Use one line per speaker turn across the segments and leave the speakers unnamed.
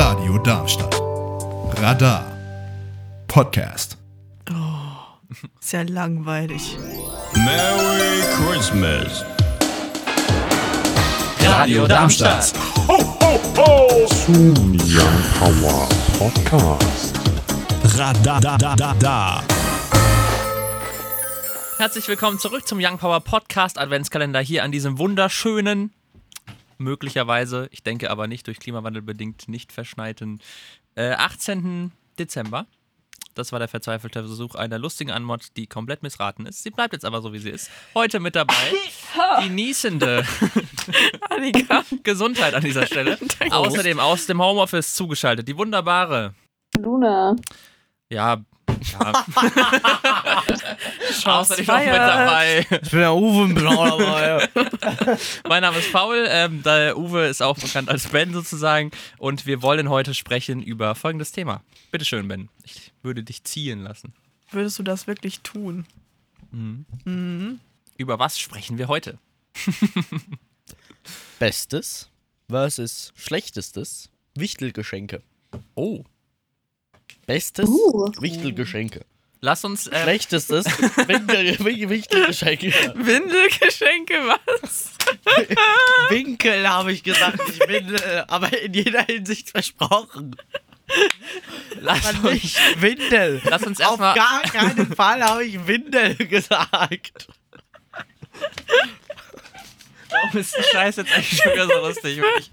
Radio Darmstadt. Radar. Podcast.
Ist ja langweilig.
Merry Christmas.
Radio Darmstadt.
Radada da da da.
Herzlich willkommen zurück zum Young Power Podcast Adventskalender hier an diesem wunderschönen, möglicherweise, ich denke aber nicht durch Klimawandel bedingt, nicht verschneiten, äh, 18. Dezember. Das war der verzweifelte Versuch einer lustigen Anmod, die komplett missraten ist. Sie bleibt jetzt aber so, wie sie ist. Heute mit dabei die niesende
Annika.
Gesundheit an dieser Stelle. Außerdem aus dem Homeoffice zugeschaltet, die wunderbare.
Luna.
Ja. ja. Außerdem noch mit
feiert.
dabei.
Ich bin der Uwe Brauer dabei.
Mein Name ist Paul, ähm, der Uwe ist auch bekannt als Ben sozusagen und wir wollen heute sprechen über folgendes Thema. Bitte schön, Ben, ich würde dich ziehen lassen.
Würdest du das wirklich tun?
Über was sprechen wir heute?
Bestes versus Schlechtestes. Wichtelgeschenke.
Oh,
Bestes
Uh.
Wichtelgeschenke.
lass uns... äh,
Schlechtestes Winkel, Winkel- Wichtelgeschenke.
Windelgeschenke, was?
Winkel habe ich gesagt, nicht Windel, aber in jeder Hinsicht versprochen.
lass,
Aber
uns
nicht Windel.
lass uns
Auf
erstmal...
gar keinen Fall habe ich Windel gesagt.
Warum Oh, ist die Scheiße jetzt eigentlich schon wieder so lustig? wirklich?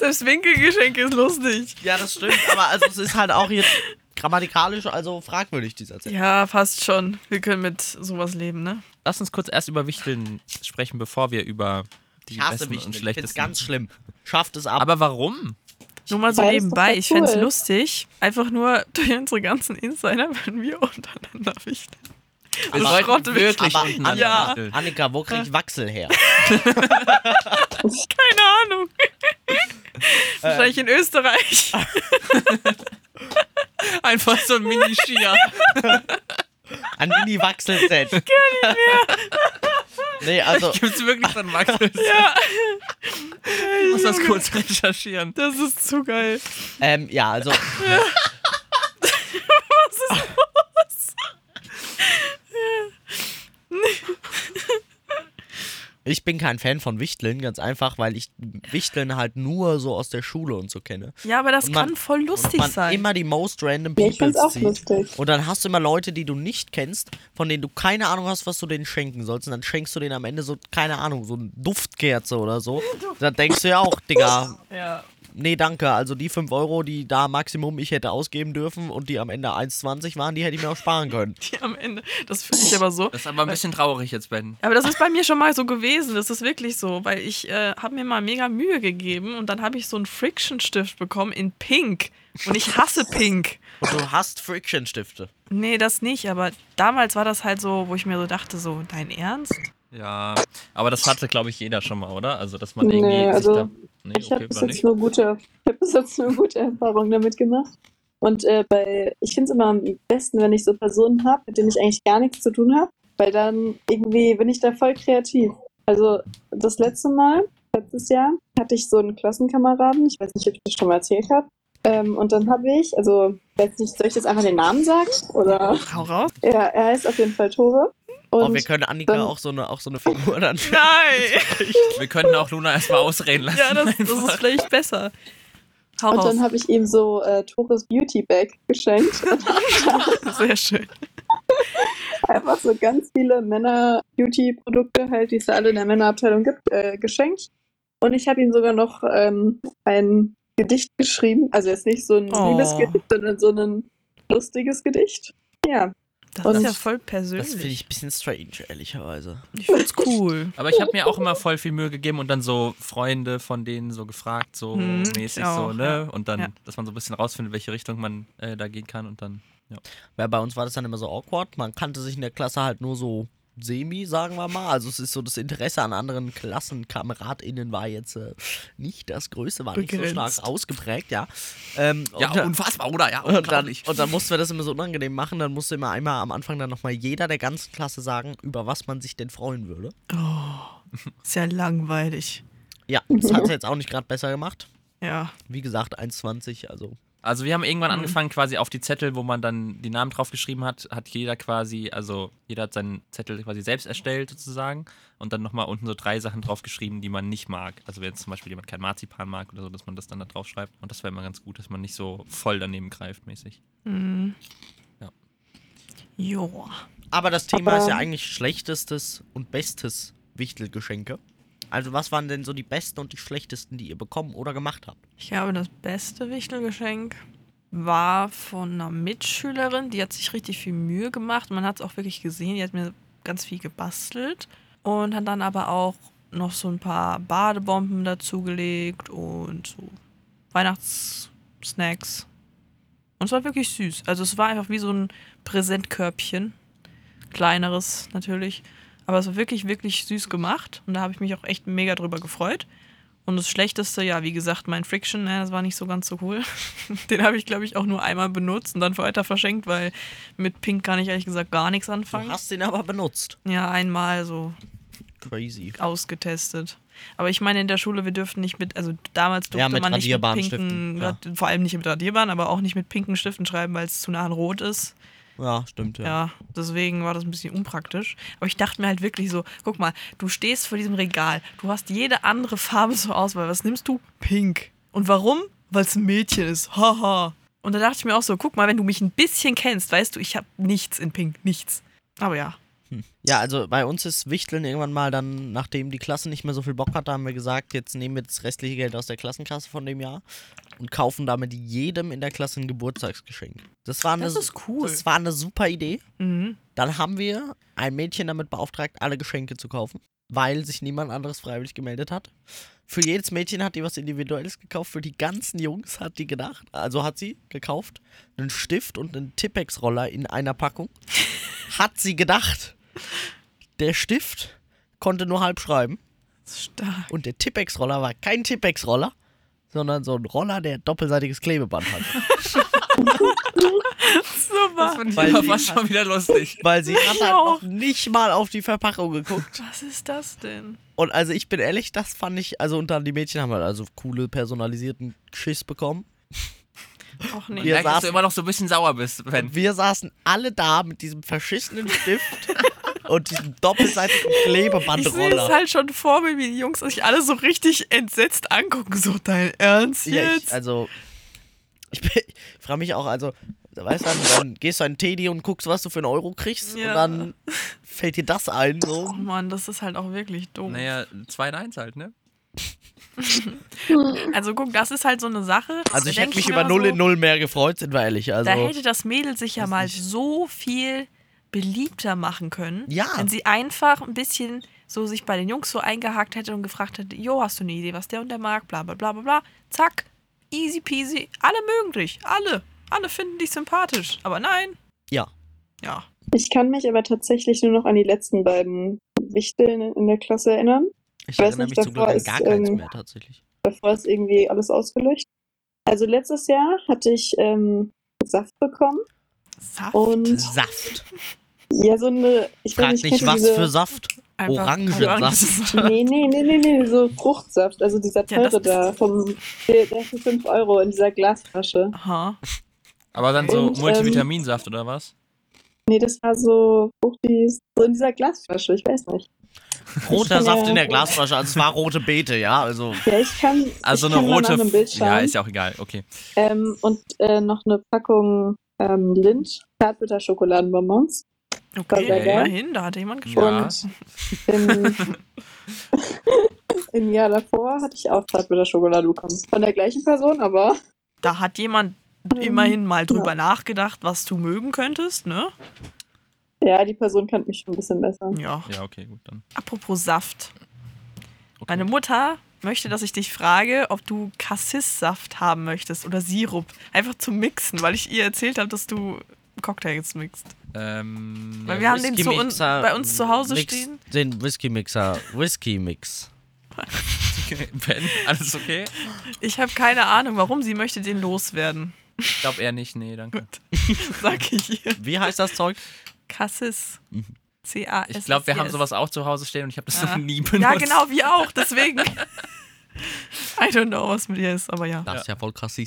Das Winkelgeschenk ist lustig.
Ja, das stimmt, aber also es ist halt auch jetzt grammatikalisch also fragwürdig dieser Satz.
Ja, fast schon. Wir können mit sowas leben, ne?
Lass uns kurz erst über Wichteln sprechen, bevor wir über die
Ich hasse
besten und
mich nicht. Ich find's
schlechtesten...
ganz schlimm. Schafft es ab.
Aber warum?
Nur mal so
Weil es
nebenbei.
doch
Ich fände es
cool.
lustig. Einfach nur durch unsere ganzen Insider, wenn wir untereinander wichteln.
Wir
Aber-
sollten wirklich
Aber
untereinander
Ja.
wichteln.
Annika, wo krieg ich Wachsel her?
Keine Ahnung. Wahrscheinlich in Österreich.
Äh.
Einfach so ein Mini-Skier.
Ein Mini-Wachsel-Set. Kann nicht mehr. Nee, also,
Gibt es wirklich so einen Wachsel? Ja. Ich muss das kurz recherchieren.
Das ist zu geil.
ähm, ja, also, ich bin kein Fan von Wichteln, ganz einfach, weil ich Wichteln halt nur so aus der Schule und so kenne.
Ja, aber das
Und man-
kann voll lustig
Man
sein.
immer die most random
Ja, ich
People
find's auch
zieht.
lustig.
Und dann hast du immer Leute, die du nicht kennst, von denen du keine Ahnung hast, was du denen schenken sollst. Und dann schenkst du denen am Ende so, keine Ahnung, so eine Duftkerze oder so. Dann denkst du ja auch, Digga,
ja.
Nee, danke. Also die 5 Euro, die da Maximum ich hätte ausgeben dürfen und die am Ende 1,20 waren, die hätte ich mir auch sparen können.
die am Ende. Das fühle ich aber so.
Das ist aber ein bisschen traurig jetzt, Ben.
Aber das ist bei mir schon mal so gewesen. Das ist wirklich so, weil ich äh, habe mir mal mega Mühe gegeben und dann habe ich so einen Friction-Stift bekommen in Pink. Und ich hasse Pink.
Und du hast Friction-Stifte.
Nee, das nicht, aber damals war das halt so, wo ich mir so dachte, so, dein Ernst?
Ja, aber das hatte, glaube ich, jeder schon mal, oder? Also, dass man
Nee,
irgendwie
also,
sich da... Nee,
Ich habe
okay,
bis,
war
jetzt
nicht.
nur gute- ich hab bis jetzt nur gute Erfahrungen damit gemacht. Und äh, bei, ich finde es immer am besten, wenn ich so Personen habe, mit denen ich eigentlich gar nichts zu tun habe, weil dann irgendwie bin ich da voll kreativ. Also das letzte Mal, letztes Jahr, hatte ich so einen Klassenkameraden, ich weiß nicht, ob ich das schon mal erzählt habe. Ähm, und dann habe ich, also weiß nicht, soll ich jetzt einfach den Namen sagen? Oder
Hau raus.
ja, er heißt auf jeden Fall Tore.
Oh,
Und
wir können Annika
dann-
auch so, eine, auch so eine Figur dann.
Nein!
Wir könnten auch Luna erstmal ausreden lassen.
Ja, das, das ist vielleicht besser. Hau
Und dann
raus.
habe ich ihm so äh, Tores Beauty Bag geschenkt.
Sehr schön.
Einfach so ganz viele Männer-Beauty-Produkte, halt, die es ja alle in der Männerabteilung gibt, äh, geschenkt. Und ich habe ihm sogar noch ähm, ein Gedicht geschrieben. Also jetzt nicht so ein
Oh.
Liebesgedicht, sondern so ein lustiges Gedicht. Ja.
Das
Und-
ist ja voll
Das finde
persönlich.
ich ein bisschen strange, ehrlicherweise.
Ich find's cool.
Aber ich habe mir auch immer voll viel Mühe gegeben und dann so Freunde von denen so gefragt, so
Hm, ich
mäßig
auch,
so, ne?
ja.
Und dann,
Ja.
dass man so ein bisschen rausfindet, welche Richtung man äh, da gehen kann und dann.
Weil bei uns war das dann immer so awkward. Man kannte sich in der Klasse halt nur so semi, sagen wir mal. Also es ist so, das Interesse an anderen KlassenkameradInnen war jetzt äh, nicht das Größte, war nicht so
Begrenzt.
stark ausgeprägt, ja. Ähm, und-
unfassbar, oder? Ja,
Und dann,
unglaublich.
und dann mussten wir das immer so unangenehm machen. Dann musste immer einmal am Anfang dann nochmal jeder der ganzen Klasse sagen, über was man sich denn freuen würde.
Ist ja langweilig.
Ja, das hat es jetzt auch nicht gerade besser gemacht.
Ja.
Wie gesagt, 1,20, also.
Also wir haben irgendwann
Mhm.
angefangen, quasi auf die Zettel, wo man dann die Namen draufgeschrieben hat, hat jeder quasi, also jeder hat seinen Zettel quasi selbst erstellt sozusagen und dann nochmal unten so drei Sachen draufgeschrieben, die man nicht mag. Also wenn jetzt zum Beispiel jemand kein Marzipan mag oder so, dass man das dann da draufschreibt. Und das wäre immer ganz gut, dass man nicht so voll daneben greift mäßig.
Mhm.
Ja.
Joa.
Aber das Thema
Aber-
ist ja eigentlich schlechtestes und bestes Wichtelgeschenke. Also, was waren denn so die besten und die schlechtesten, die ihr bekommen oder gemacht habt?
Ich glaube, das beste Wichtelgeschenk war von einer Mitschülerin, die hat sich richtig viel Mühe gemacht. Man hat es auch wirklich gesehen, die hat mir ganz viel gebastelt und hat dann aber auch noch so ein paar Badebomben dazugelegt und so Weihnachtssnacks. Und es war wirklich süß. Also es war einfach wie so ein Präsentkörbchen. Kleineres natürlich. Aber es war wirklich, wirklich süß gemacht. Und da habe ich mich auch echt mega drüber gefreut. Und das Schlechteste, ja, wie gesagt, mein Friction, ne, das war nicht so ganz so cool. Den habe ich, glaube ich, auch nur einmal benutzt und dann weiter verschenkt, weil mit Pink kann ich ehrlich gesagt gar nichts
Du
anfangen.
hast den aber benutzt.
Ja, einmal so
Crazy.
ausgetestet. Aber ich meine, in der Schule, wir dürften nicht mit, also damals durfte
Ja, mit
man nicht mit
radierbaren
pinken,
Stiften, ja.
Rad- vor allem nicht mit Radierbahn, aber auch nicht mit pinken Stiften schreiben, weil es zu nah an Rot ist.
Ja, stimmt, ja.
Ja, deswegen war das ein bisschen unpraktisch. Aber ich dachte mir halt wirklich so, guck mal, du stehst vor diesem Regal, du hast jede andere Farbe zur Auswahl. Was nimmst du? Pink. Und warum? Weil es ein Mädchen ist. Haha. Und da dachte ich mir auch so, guck mal, wenn du mich ein bisschen kennst, weißt du, ich habe nichts in Pink, nichts. Aber ja.
Ja, also bei uns ist Wichteln irgendwann mal dann, nachdem die Klasse nicht mehr so viel Bock hatte, haben wir gesagt, jetzt nehmen wir das restliche Geld aus der Klassenkasse von dem Jahr und kaufen damit jedem in der Klasse ein Geburtstagsgeschenk. Das war eine,
Das ist cool.
Das war eine super Idee.
Mhm.
Dann haben wir ein Mädchen damit beauftragt, alle Geschenke zu kaufen, weil sich niemand anderes freiwillig gemeldet hat. Für jedes Mädchen hat die was Individuelles gekauft, für die ganzen Jungs hat die gedacht, also hat sie gekauft, einen Stift und einen Tippex-Roller in einer Packung. hat sie gedacht. Der Stift konnte nur halb schreiben
Das ist Stark.
und der Tippex-Roller war kein Tippex-Roller, sondern so ein Roller, der doppelseitiges Klebeband hat.
Super.
Weil
war
die-
fast schon wieder lustig.
Weil sie hat halt
auch.
noch nicht mal auf die Verpackung geguckt.
Was ist das denn?
Und also ich bin ehrlich, das fand ich, also und dann die Mädchen haben halt also coole personalisierten Schiss bekommen.
Auch nicht.
Wir
Merkst, dass du
saßen-
immer noch so ein bisschen sauer bist, wenn
Und wir saßen alle da mit diesem verschissenen Stift und diesem doppelseitigen
Ich sehe es
Klebebandroller.
halt schon vor mir, wie die Jungs sich alle so richtig entsetzt angucken. So, dein Ernst
ja,
jetzt?
ich, also ich, bin- ich frage mich auch, also weißt du, dann gehst du an den Teddy und guckst, was du für einen Euro kriegst
Ja.
und dann fällt dir das ein so.
oh Mann, das ist halt auch wirklich dumm.
Naja, 2 in 1 halt, ne?
Also guck, das ist halt so eine Sache.
Also
da
ich
denk
hätte mich
mir
über
immer so,
0 in 0 mehr gefreut, sind wir ehrlich. Also
Da hätte das Mädel sich ja
Weiß
mal
nicht.
so viel beliebter machen können,
Ja.
wenn sie einfach ein bisschen so sich bei den Jungs so eingehakt hätte und gefragt hätte, jo, hast du eine Idee, was der und der mag, bla bla bla bla bla. Zack, easy peasy, alle mögen dich, alle, alle finden dich sympathisch. Aber nein,
ja.
ja.
Ich kann mich aber tatsächlich nur noch an die letzten beiden Wichteln in der Klasse erinnern.
Ich
Weiß
erinnere
nicht,
mich zum Glück
davor
an
ist,
gar keins
ähm,
mehr tatsächlich.
Davor ist irgendwie alles ausgelöscht. Also letztes Jahr hatte ich ähm, Saft bekommen
Saft.
und
Saft.
ja, so eine. Ich weiß
Frag
nicht,
nicht,
kennst du
was
diese-
für Saft.
Einfach
Orangensaft.
Orangensaft.
Nee, nee, nee, nee, nee, so Fruchtsaft. Also dieser
Ja, das
teure
ist-
da, vom, der, der für 5 Euro in dieser Glasflasche.
Aha.
Aber dann so
Und, ähm,
Multivitaminsaft oder was?
Nee, das war so Fruchtis, so in dieser Glasflasche, ich weiß nicht.
Roter
Ich kann
Saft
ja-
in der Glasflasche. Also es war rote Beete, ja. Also
Ja, ich kann,
Also
ich
eine
kann mal nach
rote.
einem Bild schauen.
ja, ist ja auch egal, okay.
ähm, und äh, noch eine Packung ähm, Lind, Zartbitter-Schokoladenbonbons.
Okay,
sehr geil.
immerhin, da hatte jemand gesprochen.
Ja.
Und im, im Jahr davor hatte ich auch Zartbitter-Schokolade bekommen. Von der gleichen Person, aber
Da hat jemand immerhin mal drüber nachgedacht, was du mögen könntest, ne?
ja, die Person kannte mich schon ein bisschen besser.
Ja.
Ja, okay, gut dann.
Apropos Saft.
Okay.
Meine Mutter möchte, dass ich dich frage, ob du Cassis-Saft haben möchtest oder Sirup. Einfach zum Mixen, weil ich ihr erzählt habe, dass du Cocktails mixt.
Ähm,
Weil wir haben den zu uns,
Whisky-Mixer,
bei uns zu Hause
Mix-
stehen.
Den Whisky-Mixer. Whisky-Mix.
Ben, alles okay?
Ich habe keine Ahnung, warum sie möchte den loswerden.
Ich glaube eher nicht, nee, danke.
Sag ich ihr.
Wie heißt das Zeug?
Cassis.
Mhm.
C-A-S-S. E
Ich glaube, wir haben sowas auch zu Hause stehen und ich habe das
Ah.
noch nie benutzt.
Ja, genau, wir auch. Deswegen. I don't know, was mit ihr ist, aber ja.
Das ist ja voll krass.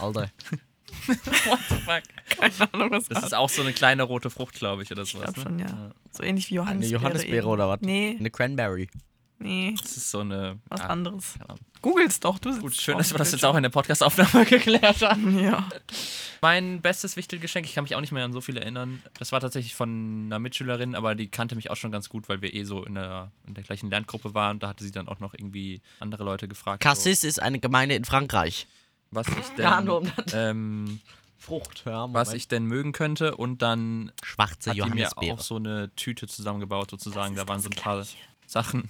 Alter.
What the fuck?
Keine Ahnung, was
Das ist auch so eine kleine rote Frucht, glaube ich, oder
Ich
sowas.
glaube
ne?
schon, ja. So ähnlich wie Johannisbeere.
Eine Johannisbeere
eben.
oder was?
Nee,
Eine Cranberry.
nee,
Das ist so eine.
was
ah,
anderes.
keine Ahnung.
Google's doch, du sitzt
Gut, schön,
auf
dass
dem
wir das jetzt
Bildschirm.
auch in der Podcastaufnahme geklärt haben.
Ja.
Mein bestes Wichtelgeschenk, ich kann mich auch nicht mehr an so viel erinnern. Das war tatsächlich von einer Mitschülerin, aber die kannte mich auch schon ganz gut, weil wir eh so in der, in der gleichen Lerngruppe waren. Da hatte sie dann auch noch irgendwie andere Leute gefragt. So,
Cassis ist eine Gemeinde in Frankreich.
was ich denn,
Ja, nur um das-
ähm,
Frucht, ja,
was ich denn mögen könnte. Und dann
Schwarze
hat die mir
Johannisbeere.
auch so eine Tüte zusammengebaut, sozusagen. Da waren so ein paar Sachen,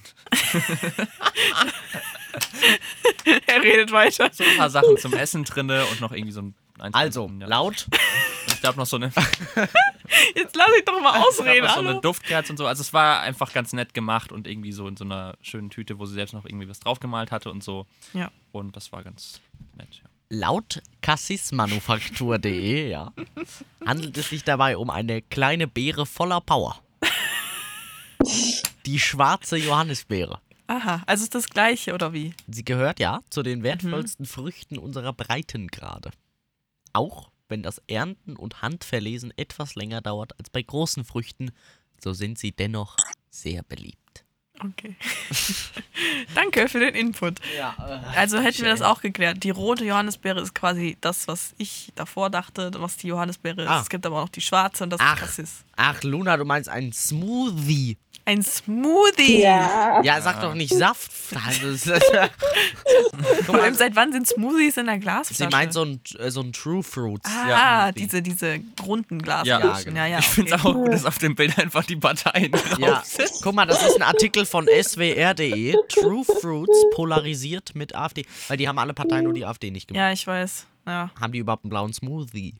er redet weiter.
so ein paar Sachen zum Essen drinne und noch irgendwie so ein. ein-
Also,
ja.
laut.
Ich glaube noch so eine.
Jetzt lass ich doch mal
Reden,
ausreden,
so eine
hallo.
Duftkerze und so. Also es war einfach ganz nett gemacht und irgendwie so in so einer schönen Tüte, wo sie selbst noch irgendwie was draufgemalt hatte und so.
Ja.
Und das war ganz nett. Ja.
Laut Cassismanufaktur.de, ja, handelt es sich dabei um eine kleine Beere voller Power. Die schwarze Johannisbeere.
Aha, also ist das gleiche, oder wie?
Sie gehört ja zu den wertvollsten Früchten unserer Breitengrade. Auch wenn das Ernten und Handverlesen etwas länger dauert als bei großen Früchten, so sind sie dennoch sehr beliebt.
Okay. Danke für den Input.
äh.
Also hätten wir das auch geklärt. Die rote Johannisbeere ist quasi das, was ich davor dachte, was die Johannisbeere ist.
Ah.
Es gibt aber auch noch die schwarze und das
Ach.
ist Cassis.
Ach, Luna, du meinst einen Smoothie.
Ein Smoothie.
Ja.
Ja, sag doch nicht Saft. Also, es-
Vor allem, seit wann sind Smoothies in der Glasflasche?
sie meint so ein, äh, so ein True Fruits.
Ah,
Ja.
diese, diese runden
Ja,
Glasflaschen.
genau.
Ja, ja,
ich finde es auch gut, dass auf dem Bild einfach die Parteien drauf
Ja,
sind.
guck mal, das ist ein Artikel von swr.de. E. True Fruits polarisiert mit AfD. Weil die haben alle Parteien nur die AfD nicht gemacht.
Ja, ich weiß. Ja.
Haben die überhaupt einen blauen Smoothie?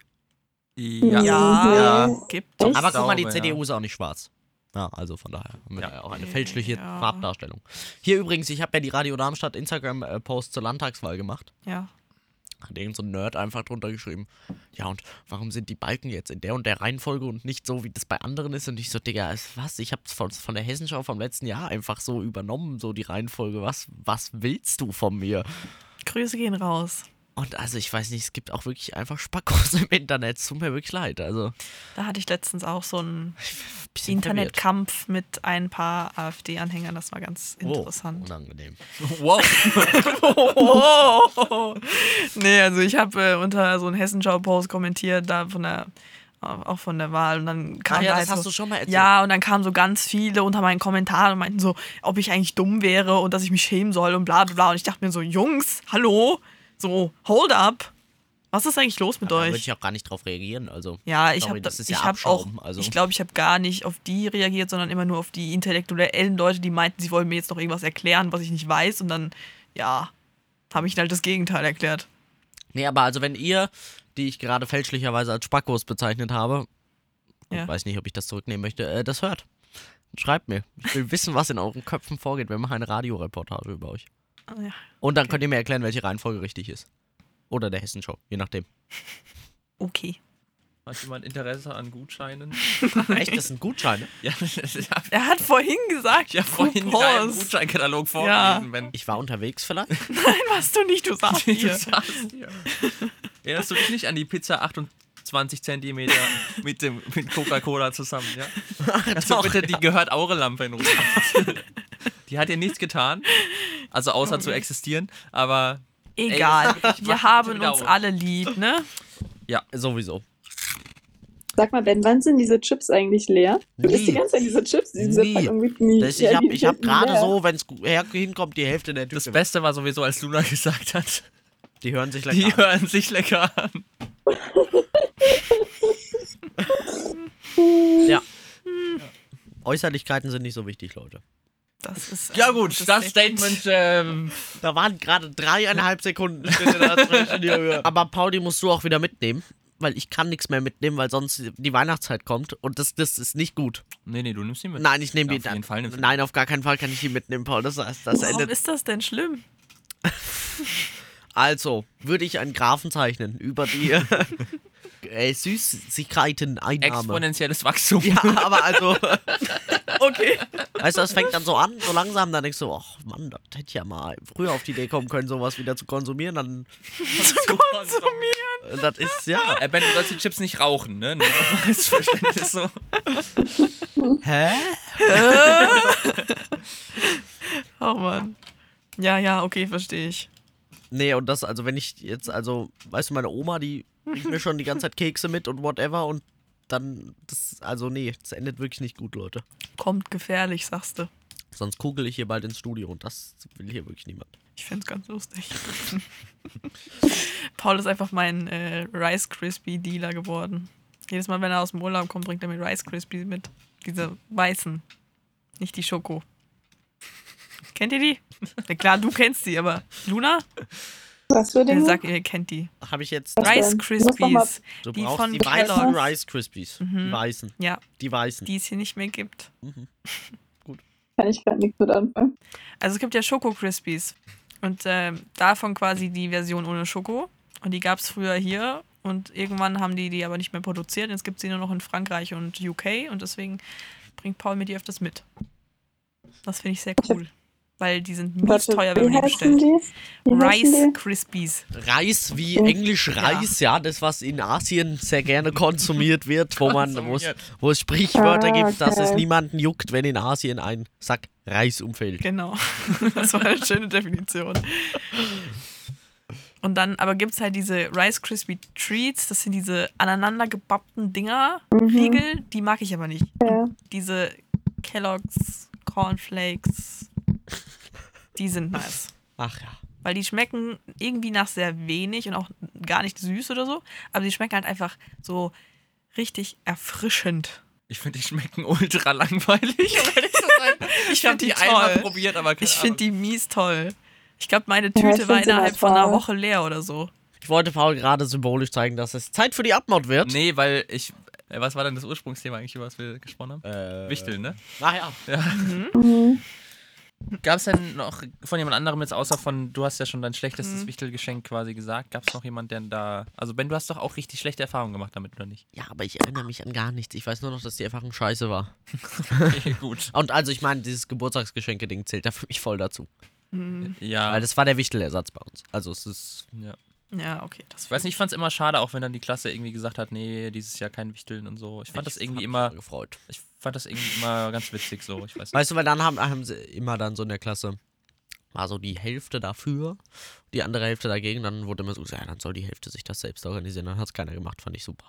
Ja.
Ja. Gibt doch.
Ich
Aber guck mal, die
glaube,
CDU ist auch nicht schwarz. Ja, also von daher haben wir
Ja.
da auch eine fälschliche
Ja.
Farbdarstellung. Hier übrigens, ich habe ja die Radio Darmstadt Instagram-Post zur Landtagswahl gemacht.
Ja.
Hat irgend so ein Nerd einfach drunter geschrieben. Ja, und warum sind die Balken jetzt in der und der Reihenfolge und nicht so, wie das bei anderen ist? Und ich so, Digga, es- was? Ich hab's von, von der Hessenschau vom letzten Jahr einfach so übernommen, so die Reihenfolge. Was, was willst du von mir?
Grüße gehen raus.
Und also, ich weiß nicht, es gibt auch wirklich einfach Spackos im Internet. Es tut mir wirklich leid. Also,
Da hatte ich letztens auch so einen
bisschen verwirrt.
Internetkampf mit ein paar AfD-Anhängern. Das war ganz
Oh,
interessant.
unangenehm.
Wow.
Oh. nee, also ich habe äh, unter so einem Hessenschau-Post kommentiert, da von der auch von der Wahl und dann kam
Ach ja,
da
das
halt
hast
so,
du schon mal erzählt.
ja und dann kamen so ganz viele unter meinen Kommentaren und meinten so ob ich eigentlich dumm wäre und dass ich mich schämen soll und bla bla bla und ich dachte mir so Jungs hallo so hold up was ist eigentlich los mit
Da
euch
würde ich auch gar nicht drauf reagieren. Also,
Ja, ich
Sorry,
habe
das ist
ich
ja
hab auch,
Abschaum, also.
ich glaube, ich habe gar nicht auf die reagiert, sondern immer nur auf die intellektuellen Leute, die meinten, sie wollen mir jetzt noch irgendwas erklären, was ich nicht weiß und dann ja, habe ich ihnen halt das Gegenteil erklärt.
Nee, aber also, wenn ihr, die ich gerade fälschlicherweise als Spackos bezeichnet habe,
Ja.
ich weiß nicht, ob ich das zurücknehmen möchte, äh, das hört. Schreibt mir. Ich will wissen, was in euren Köpfen vorgeht. Wir machen eine Radioreportage über euch.
Ah, ja.
Und dann könnt ihr mir erklären, welche Reihenfolge richtig ist. Oder der Hessenschau, je nachdem.
Okay.
Hat jemand Interesse an Gutscheinen?
Echt, das sind Gutscheine?
Ja, das ist-
Er hat vorhin gesagt,
ich habe vorhin einen
Coupons.
Gutscheinkatalog vorgelesen, wenn
Ich war unterwegs vielleicht.
Nein, was du nicht, du sagst
du
hier.
saßt hier. Erinnerst du dich nicht an die Pizza 28 Zentimeter mit, dem, mit Coca-Cola zusammen, ja? Kannst du bitte, die gehört Aurelampe in Ruhe. die hat dir nichts getan, also außer zu existieren, aber
Egal.
Ey, das- ich mach
Wir
das
haben
wieder
uns
auf.
alle lieb, ne?
Sowieso.
Sag mal, Ben, wann sind diese Chips eigentlich leer? Du
Nie.
isst die ganze Zeit diese Chips, die diese
Nie.
Packung mit nie.
Das, ich
Ja,
habe
die
ich hab
sind
gerade
leer.
so, wenn es hinkommt, die Hälfte der
das
Tüte.
Beste war sowieso, als Luna gesagt hat,
Die hören sich
die
gleich an.
hören sich lecker an.
Äußerlichkeiten sind nicht so wichtig, Leute.
Das ist
Ja
ein
gut,
gutes
das
Ding.
Statement, ähm,
Da waren gerade dreieinhalb Sekunden Schritte dazwischen, Junge. Aber Pauli musst du auch wieder mitnehmen, weil ich kann nichts mehr mitnehmen, weil sonst die Weihnachtszeit kommt und das, das ist nicht gut.
nee, nee, du nimmst ihn mit.
Nein, ich nehme
Ja,
die
auf jeden Fall nimmst du-
Nein, auf gar keinen Fall kann ich die mitnehmen, Paul. Das, das, das
Warum
endet.
ist das denn schlimm?
Also, würde ich einen Grafen zeichnen über die äh, Süßigkeiten-Einnahme.
Exponentielles Wachstum.
Ja, aber also,
Okay.
weißt du, das fängt dann so an, so langsam, dann denkst du, ach Mann, das hätte ich ja mal früher auf die Idee kommen können, sowas wieder zu konsumieren, dann, äh, das ist, ja.
Äh, Ben, du sollst die Chips nicht rauchen, ne? Nur noch mal als Verständnis so.
Hä?
Oh Mann. Ja, ja, okay, verstehe ich.
Nee, und das, also wenn ich jetzt, also, weißt du, meine Oma, die bringt mir schon die ganze Zeit Kekse mit und whatever und dann, das, also nee, das endet wirklich nicht gut, Leute.
Kommt gefährlich, sagst du.
Sonst kugel ich hier bald ins Studio und das will hier wirklich niemand.
Ich find's ganz lustig. Paul ist einfach mein äh, Rice Krispie Dealer geworden. Jedes Mal, wenn er aus dem Urlaub kommt, bringt er mir Rice Krispies mit. Diese weißen. Nicht die Schoko. Kennt ihr die? Na klar, du kennst die, aber Luna?
Was für
Der
Dinge?
sagt, ihr kennt die.
Habe ich jetzt.
Was
Rice
denn? Muss doch mal-
Krispies.
Du
Die
brauchst
von
die weißen
Kellogg's.
Rice Krispies. Die weißen.
Ja,
Die weißen.
die es hier nicht mehr gibt.
Kann ich gerade nichts mit anfangen.
Also es gibt ja Schoko Krispies. Und ähm, davon quasi die Version ohne Schoko. Und die gab es früher hier. Und irgendwann haben die die aber nicht mehr produziert. Jetzt gibt es die nur noch in Frankreich und UK. Und deswegen bringt Paul mir die öfters mit. Das finde ich sehr cool. Weil die sind mies
Warte,
teuer, wenn man die bestellt.
die? Wie
Rice
heißen
Krispies.
Reis wie Englisch Reis, ja. das was in Asien sehr gerne konsumiert wird, wo man wo es, wo es Sprichwörter
Ah,
gibt, dass es
okay.
niemanden juckt, wenn in Asien ein Sack Reis umfällt.
Genau. Das war eine schöne Definition. Und dann, aber gibt es halt diese Rice Krispie Treats, das sind diese aneinandergebappten Dinger,
Mhm.
Riegel, die mag ich aber nicht.
Ja.
Diese Kellogg's, Cornflakes, die sind nice.
Ach ja.
Weil die schmecken irgendwie nach sehr wenig und auch gar nicht süß oder so, aber die schmecken halt einfach so richtig erfrischend.
Ich finde, die schmecken ultra langweilig. um ehrlich zu sein.
Ich
hab
finde die
einmal
toll.
probiert, aber keine
Ich finde die
Ahnung.
mies toll. Ich glaube, meine
ich
Tüte
find
war
sie
innerhalb
was
von einer
wahr.
Woche leer oder so.
Ich wollte Paul gerade symbolisch zeigen, dass es Zeit für die Abmaut wird.
Nee, weil ich. äh, Was war denn das Ursprungsthema eigentlich, über was wir gesprochen haben?
Äh,
Wichteln, ne?
Ach ja.
Gab es denn noch von jemand anderem jetzt, außer von, du hast ja schon dein schlechtestes Wichtelgeschenk quasi gesagt, gab es noch jemand, der da. Also, Ben, du hast doch auch richtig schlechte Erfahrungen gemacht damit, oder nicht?
Ja, aber ich erinnere mich an gar nichts. Ich weiß nur noch, dass die Erfahrung scheiße war.
Okay, gut.
Und also, ich meine, dieses Geburtstagsgeschenke-Ding zählt da für mich voll dazu.
Ja.
Mhm.
Weil das war der Wichtelersatz bei uns. Also, es ist.
ja.
Ja, okay. Das
Ich weiß nicht, ich fand es immer schade, auch wenn dann die Klasse irgendwie gesagt hat, nee, dieses Jahr kein Wichteln und so. Ich fand das irgendwie
hab
immer.
mich gefreut.
Ich fand das irgendwie immer ganz witzig so. Ich weiß nicht.
Weißt du, weil dann haben, haben sie immer dann so in der Klasse, war so die Hälfte dafür, die andere Hälfte dagegen. Dann wurde immer so gesagt, ja, dann soll die Hälfte sich das selbst organisieren. Dann hat es keiner gemacht, fand ich super.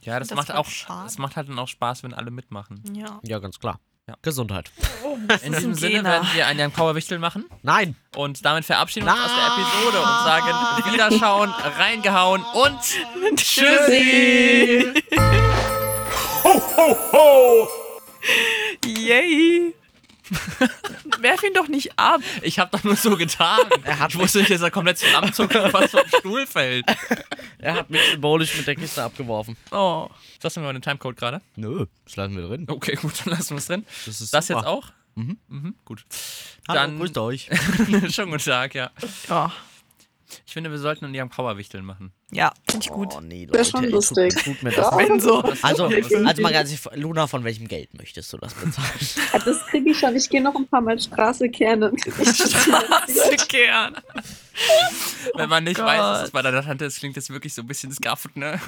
Ja, das,
Das
macht
war
auch.
schade.
Das macht halt dann auch Spaß, wenn alle mitmachen.
Ja.
Ja, ganz klar.
Ja.
Gesundheit.
In
ist
diesem
ein
Sinne
Gena.
werden wir einen Jan Kauer Wichtel machen
Nein!
und damit verabschieden wir uns aus der Episode und sagen: Wiederschauen, reingehauen und Tschüssi!
Yay! Werf ihn doch nicht ab.
Ich habe doch nur so getan.
Er hat
ich wusste nicht, dass er komplett zusammenzuckt und was vom Stuhl fällt.
Er hat mich symbolisch mit der Kiste abgeworfen.
Oh.
Was haben wir den Timecode gerade?
Nö, das lassen wir drin.
Okay, gut, dann lassen wir es drin.
Das ist
Das
super.
jetzt auch? Mhm. gut.
Hallo,
Dann-
grüßt euch.
Schönen guten Tag, ja.
Ja,
Ich finde, wir sollten einen Jan Power Wichteln machen.
ja finde ich gut.
Oh nee, Leute,
Das ist schon
ey,
lustig.
Tut, tut mir
Oh.
das leid.
Wenn so.
Also, also mal ganz ehrlich, Luna, von welchem Geld möchtest du das bezahlen?
die? Ah, Das kriege ich schon. Ich gehe noch ein paar Mal Straße kehren. Dann krieg ich Straße.
Gern.
Wenn man nicht
Gott.
weiß, dass es bei deiner Tante ist, klingt das wirklich so ein bisschen scuffed, ne?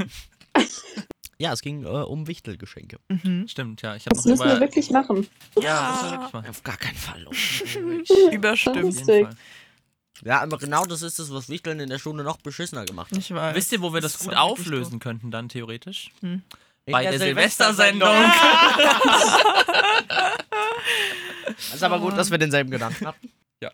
ja, es ging äh, um Wichtelgeschenke.
Stimmt, ja. Ich habe
Das
noch
müssen wir
über.
wirklich machen.
ja, das müssen wir wirklich machen.
Auf gar keinen Fall.
Das
Überstimmt.
ist
Auf jeden
sick.
Fall.
Ja, aber genau das ist es, was Wichteln in der Schule noch beschissener gemacht hat.
Ich weiß.
Wisst ihr, wo wir das
ist
gut
doch wirklich so.
auflösen könnten dann theoretisch?
In
Bei der Silvestersendung.
Ist aber gut, dass wir denselben Gedanken hatten.
Ja.